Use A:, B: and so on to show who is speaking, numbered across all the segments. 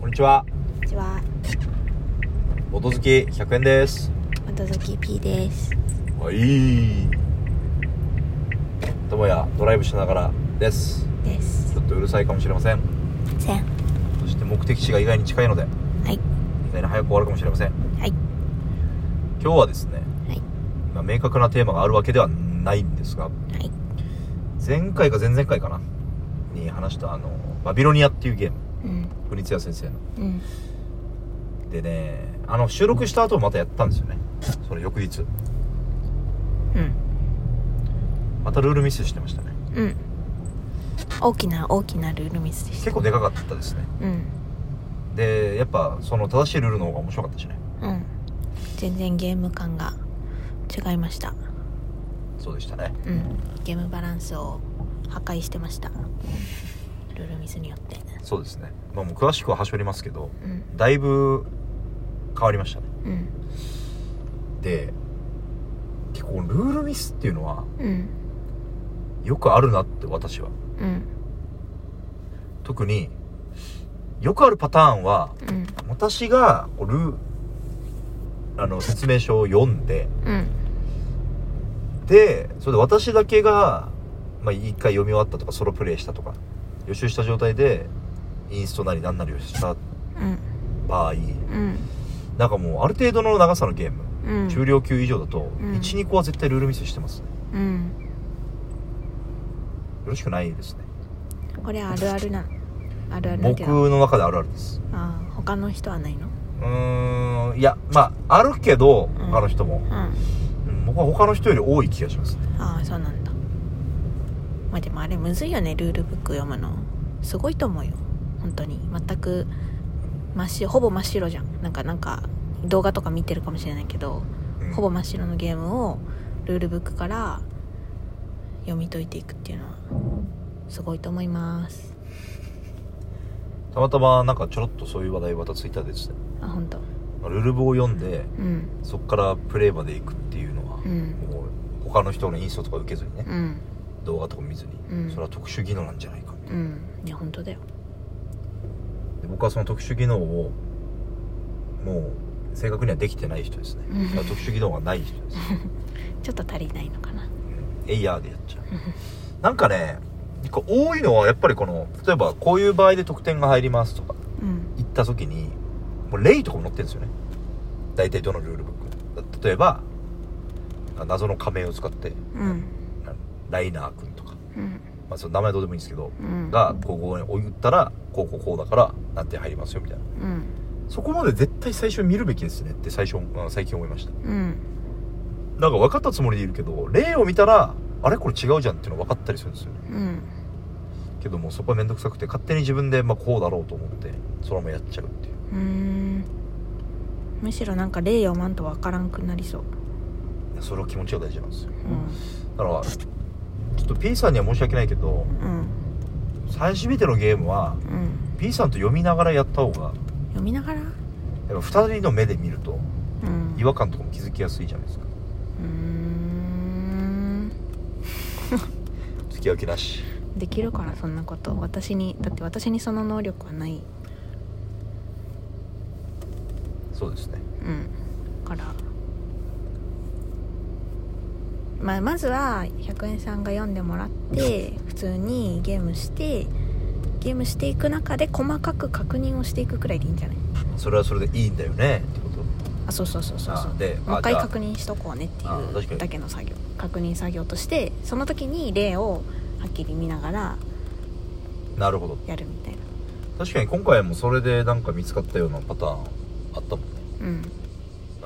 A: こんにちは。
B: こんにちは
A: 音好き100円です。
B: 音好き P です
A: はい。ともや、ドライブしながらです。
B: です
A: ちょっとうるさいかもしれません。
B: せん
A: そして目的地が意外に近いので、
B: はい
A: 意外に早く終わるかもしれません。
B: はい
A: 今日はですね、
B: はい
A: まあ明確なテーマがあるわけではないんですが、
B: はい
A: 前回か前々回かな、に話したあの、バビロニアっていうゲーム、
B: うん
A: 国津谷先生の。
B: うん
A: でね、あの、収録した後またやったんですよね。それ翌日。
B: うん
A: またルールミスしてましたね。
B: うん大きな大きなルールミスでした
A: 結構でかかったですね
B: うん
A: でやっぱその正しいルールの方が面白かったしね
B: うん全然ゲーム感が違いました
A: そうでしたね
B: うんゲームバランスを破壊してましたルールミスによって
A: そうですねまあもう詳しくは端折りますけど
B: うん
A: だいぶ変わりましたね
B: うん
A: で結構ルールミスっていうのは
B: うん
A: よくあるなって私は
B: うん
A: 特によくあるパターンは
B: うん
A: 私がこうルーあの説明書を読んで
B: うん
A: でそれで私だけが、まあ、一回読み終わったとかソロプレイしたとか予習した状態でインストなり何なりをした
B: うん
A: 場合
B: うん
A: なんかもうある程度の長さのゲーム、
B: うん
A: 重量級以上だと、
B: うん
A: 12個は絶対ルールミスしてますね
B: うん
A: よろしくないですね
B: これあるあるなあるあるなんて
A: 僕
B: いうの
A: の中であるあるです
B: ああ他の人はないの
A: うーんいやまああるけど
B: うん
A: 他の人も
B: う、んあ
A: うん僕は他の人より多い気がしますね
B: あそうなんだまあでもあれむずいよねルールブック読むのすごいと思うよ本当に全く真っ白ほぼ真っ白じゃんなんかなんか動画とか見てるかもしれないけど、
A: うん
B: ほぼ真っ白のゲームをルールブックから読み解いていくっていうのはすごいと思います
A: たまたまなんかちょろっとそういう話題またツイッターでですね
B: あ本当
A: ルール部を読んで
B: うん
A: そこからプレイまで行くっていうのは、
B: うん
A: もう他の人のインストとか受けずにね、
B: うん
A: 動画とか見ずに、
B: うん
A: それは特殊技能なんじゃないかみたいな
B: うんいや本当だよ
A: で僕はその特殊技能をもう正確にはできてない人ですね
B: うん
A: だから特殊技能がない人 です
B: ちょっと足りないのかな
A: エイヤーでやっちゃうなんかねこう多いのはやっぱりこの例えばこういう場合で得点が入りますとか
B: うん
A: 言った時にもう例とかも載ってるんですよね大体どのルールブック例えば謎の仮面を使って
B: うん
A: ライナー君とか、
B: うん
A: まあ、その名前どうでもいいんですけど
B: うん
A: がここに置いたらこうこうこうだから何点入りますよみたいな
B: うん
A: そこまで絶対最初に見るべきですねって最初あ最近思いました
B: うん
A: なんか分かったつもりでいるけど例を見たらあれこれ違うじゃんっていうの分かったりするんですよね
B: うん
A: けどもうそこは面倒くさくて勝手に自分でまあこうだろうと思ってそれもやっちゃうっていう
B: うーんむしろなんか例読まんとわからんくなりそう、
A: いやそれは気持ちが大事なんですよ
B: う
A: だからちょっと P さんには申し訳ないけど
B: ん、うん
A: 初めてのゲームは
B: うん
A: P さんと読みながらやった方が
B: 読みながら
A: やっぱ2人の目で見ると
B: うん
A: 違和感とかも気づきやすいじゃないですか
B: うーん
A: 付き合う気なし
B: できるからそんなこと私にだって私にその能力はない
A: そうですね
B: うんからまあ、まずは100円さんが読んでもらって普通にゲームしてゲームしていく中で細かく確認をしていくくらいでいいんじゃない
A: それはそれでいいんだよねってこと
B: あそうそうそうそうそ
A: あ
B: う
A: であ
B: もう一回
A: じゃあ
B: 確認しとこうねって
A: あ確か
B: い
A: に
B: うだけの作業確認作業としてその時に例をはっきり見ながら
A: なるほど
B: やるみたいな
A: 確かに今回もそれでなんか見つかったようなパターンあったもんね
B: うん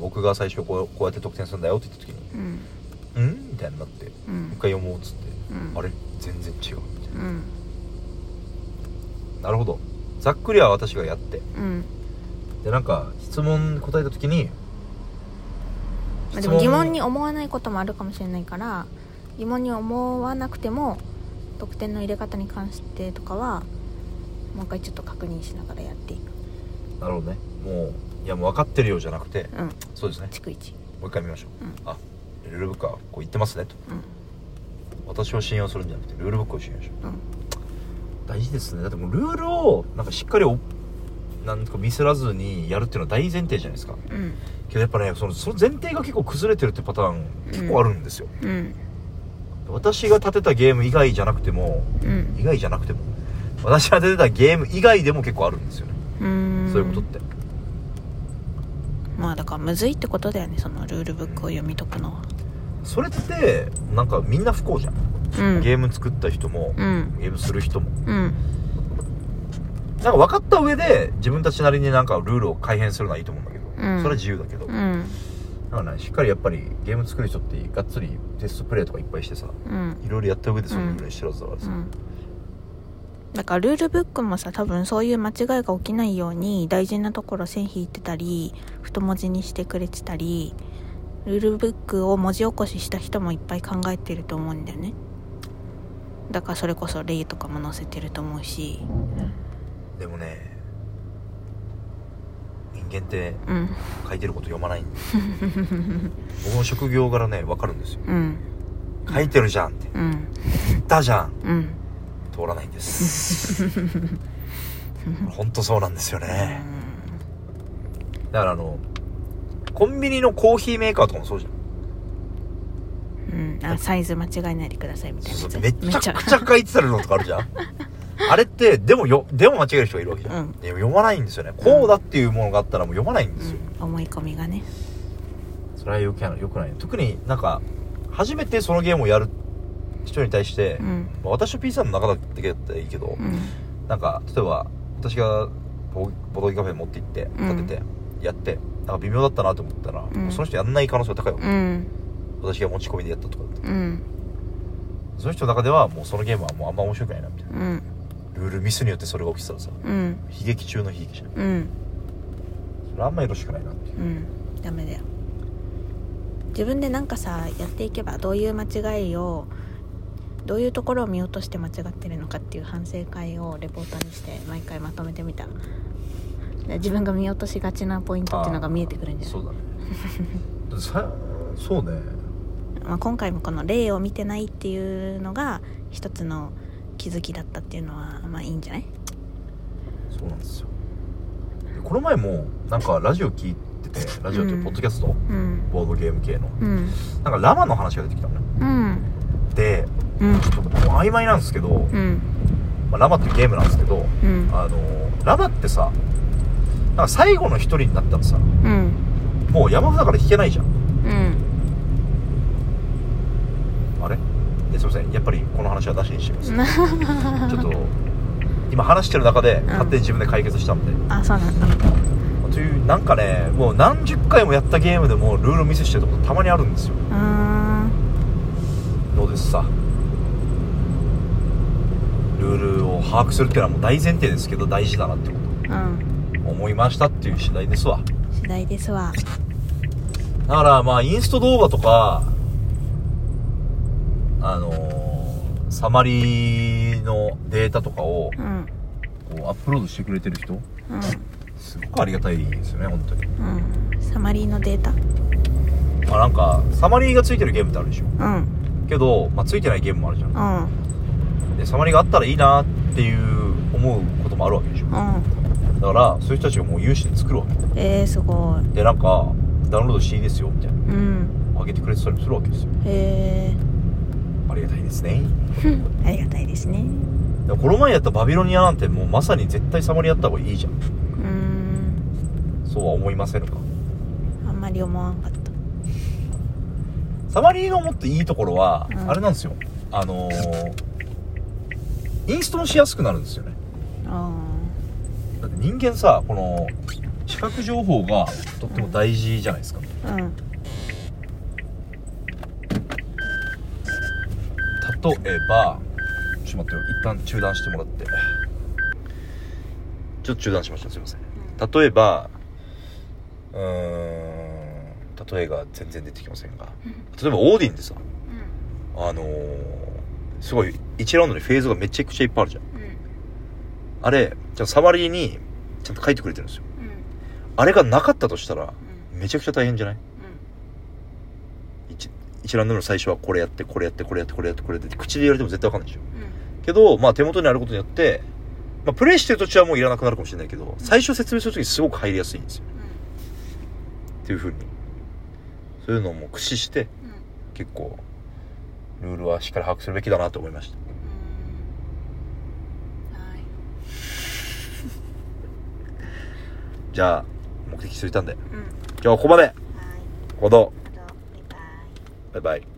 A: 僕が最初こうこうやって得点するんだよって言った時に
B: うん
A: 「うん?」みたいになって「
B: う
A: もう一
B: ん
A: 回読もう」っつって「
B: うん
A: あれ全然違う」みたい
B: うん
A: ななるほどざっくりは私がやって
B: うん
A: でなんか質問答えた時に
B: まあ、でも疑問に思わないこともあるかもしれないから疑問に思わなくても得点の入れ方に関してとかはもう一回ちょっと確認しながらやっていく
A: なるほどねもういやもう分かってるよじゃなくて
B: うん
A: そうですね
B: 逐一
A: もう一回見ましょう、
B: うん
A: あルールブックはこう言ってますねと
B: う
A: 私を信用するんじゃなくてルールブックを信用しようん
B: うん
A: 大事ですねだってもうルールをなんかしっかりおなんかミスらずにやるっていうのは大前提じゃないですか
B: うん
A: けどやっぱねそのその前提が結構崩れてるってパターン結構あるんですよ、
B: うん
A: 私が立てたゲーム以外じゃなくても
B: うん
A: 以外じゃなくても私が立てたゲーム以外でも結構あるんですよね、
B: うーん
A: そういうことって
B: まあだからむずいってことだよねそのルールブックを読み解くのは
A: それってなんかみんな不幸じゃん、
B: うん
A: ゲーム作った人も、
B: うん
A: ゲームする人も
B: うん
A: なんか分かった上で自分たちなりになんかルールを改変するのはいいと思うんだけど、
B: うん
A: それは自由だけど、
B: う
A: だ
B: ん
A: からねしっかりやっぱりゲーム作る人ってがっつりテストプレイとかいっぱいしてさ
B: うん
A: いろいろやった上でそのぐらいしてるはずだから
B: う
A: さ、
B: んだからルールブックもさ多分そういう間違いが起きないように大事なところ線引いてたり太文字にしてくれてたりルールブックを文字起こしした人もいっぱい考えてると思うんだよねだからそれこそ例とかも載せてると思うし
A: でもね人間って
B: うん
A: 書いてること読まないん で僕の職業柄ね分かるんですよ
B: うん
A: 書いてるじゃんって
B: うん
A: 言ったじゃん
B: うん
A: 通らないんです 本当そうなんですよねだからあのコンビニのコーヒーメーカーとかもそうじゃん
B: うん、あサイズ間違えないでくださいみたいな
A: そ
B: や
A: う
B: つ
A: そうめちゃく
B: め
A: ちゃ書いてたのとかあるじゃんあれってでもよでも間違える人がいるわけじゃん、
B: うん
A: でも読まないんですよねこうだっていうものがあったらもう読まないんですよ、
B: うん思い込みがね
A: それはよくないよくない特になんか初めてそのゲームをやる人に対して、
B: う
A: ま
B: ん
A: あ私と P さんの中だけだったらいいけど、
B: うん
A: なんか例えば私がボボドゲカフェ持って行って
B: うん
A: 立てて、やってなんか微妙だったなと思ったら、
B: ん
A: もうその人やんない可能性が高いわけ、
B: うん
A: 私が持ち込みでやったとかだと
B: うん
A: その人の中ではもうそのゲームはもうあんま面白くないなみたいな
B: うん
A: ルールミスによってそれが起きてたらさ
B: うん
A: 悲劇中の悲劇じゃん
B: うん
A: それあんまよろしくないなっていう
B: うんダメだよ自分でなんかさやっていけばどういう間違いをどういうところを見落として間違ってるのかっていう反省会をレポートにして毎回まとめてみたで自分が見落としがちなポイントっていうのが見えてくるんじゃな
A: そ
B: いう
A: だ ねだってさそうね
B: まあ、今回もこの例を見てないっていうのが一つの気づきだったっていうのはまあいいんじゃない
A: そうなんですよでこの前もなんかラジオ聞いててラジオっていううんポッドキャスト、
B: うん
A: ボードゲーム系の
B: うん
A: なんかラマの話が出てきたのね
B: うん
A: で
B: うん
A: ちょっと曖昧なんですけど、
B: うん
A: まあ、ラマっていうゲームなんですけど
B: うん
A: あのラマってさなんか最後の一人になったらさ
B: うん
A: もう山札から引けないじゃん
B: うん
A: あれえすいませんやっぱりこの話はなしにしてますちょっと今話してる中で勝手に自分で解決したんで、
B: あそうなんだ
A: というなんかねもう何十回もやったゲームでもうルールミスしてることたまにあるんですよ
B: うーん
A: どうですさルールを把握するっていうのはもう大前提ですけど大事だなってこ
B: うん
A: と思いましたっていう次第ですわ
B: 次第ですわ
A: だからまあインスト動画とかあのーサマリーのデータとかを
B: うん
A: こうアップロードしてくれてる人
B: うん
A: すごくありがたいですよね本当に
B: うんサマリーのデータ
A: まあなんかサマリーがついてるゲームってあるでしょ
B: うん
A: けど、まあ、ついてないゲームもあるじゃ
B: うんん
A: でサマリーがあったらいいなっていう思うこともあるわけでしょ
B: うん
A: だからそういう人たちがもう有志で作るわけ
B: えー、すごい
A: でなんかダウンロードしていいですよみたいな
B: うん
A: 上げてくれてたりもするわけですよ
B: へえ
A: ありがたいですね
B: ありがたいですね
A: でもこの前やったバビロニアなんてもうまさに絶対サマリーやった方がいいじゃん
B: うーん
A: そうは思いませんか
B: あんまり思わんかった
A: サマリーのもっといいところは、
B: うん
A: あれなんですよあのーインストもしやすくなるんですよね
B: あ
A: だって人間さこの視覚情報がとっても大事じゃないですか
B: あうん
A: 例えばちょっと待ってよ一旦中断してもらってちょっと中断しましたすいません例えばうーん例えが全然出てきませんが例えばオーディンでさあのーすごい1ラウンドにフェーズがめちゃくちゃいっぱいあるじゃんあれちゃんとサマリーにちゃんと書いてくれてるんですよあれがなかったとしたらめちゃくちゃ大変じゃない 1, ラウンド目の最初はこれやってこれやってこれやってこれやってこれやって口で言われても絶対わかんないでしょけど、まあ、手元にあることによってまあ、プレイしてる途中はもういらなくなるかもしれないけど、最初説明するときすごく入りやすいんですよ。っていうふうに。そういうのも駆使して、
B: うんうん
A: 結構、ルールはしっかり把握するべきだなと思いました。
B: はい
A: じゃあ、目的過ぎたんで。
B: うん
A: 今日はここまで
B: はい
A: ほど
B: あとバイバイ
A: バイバイ。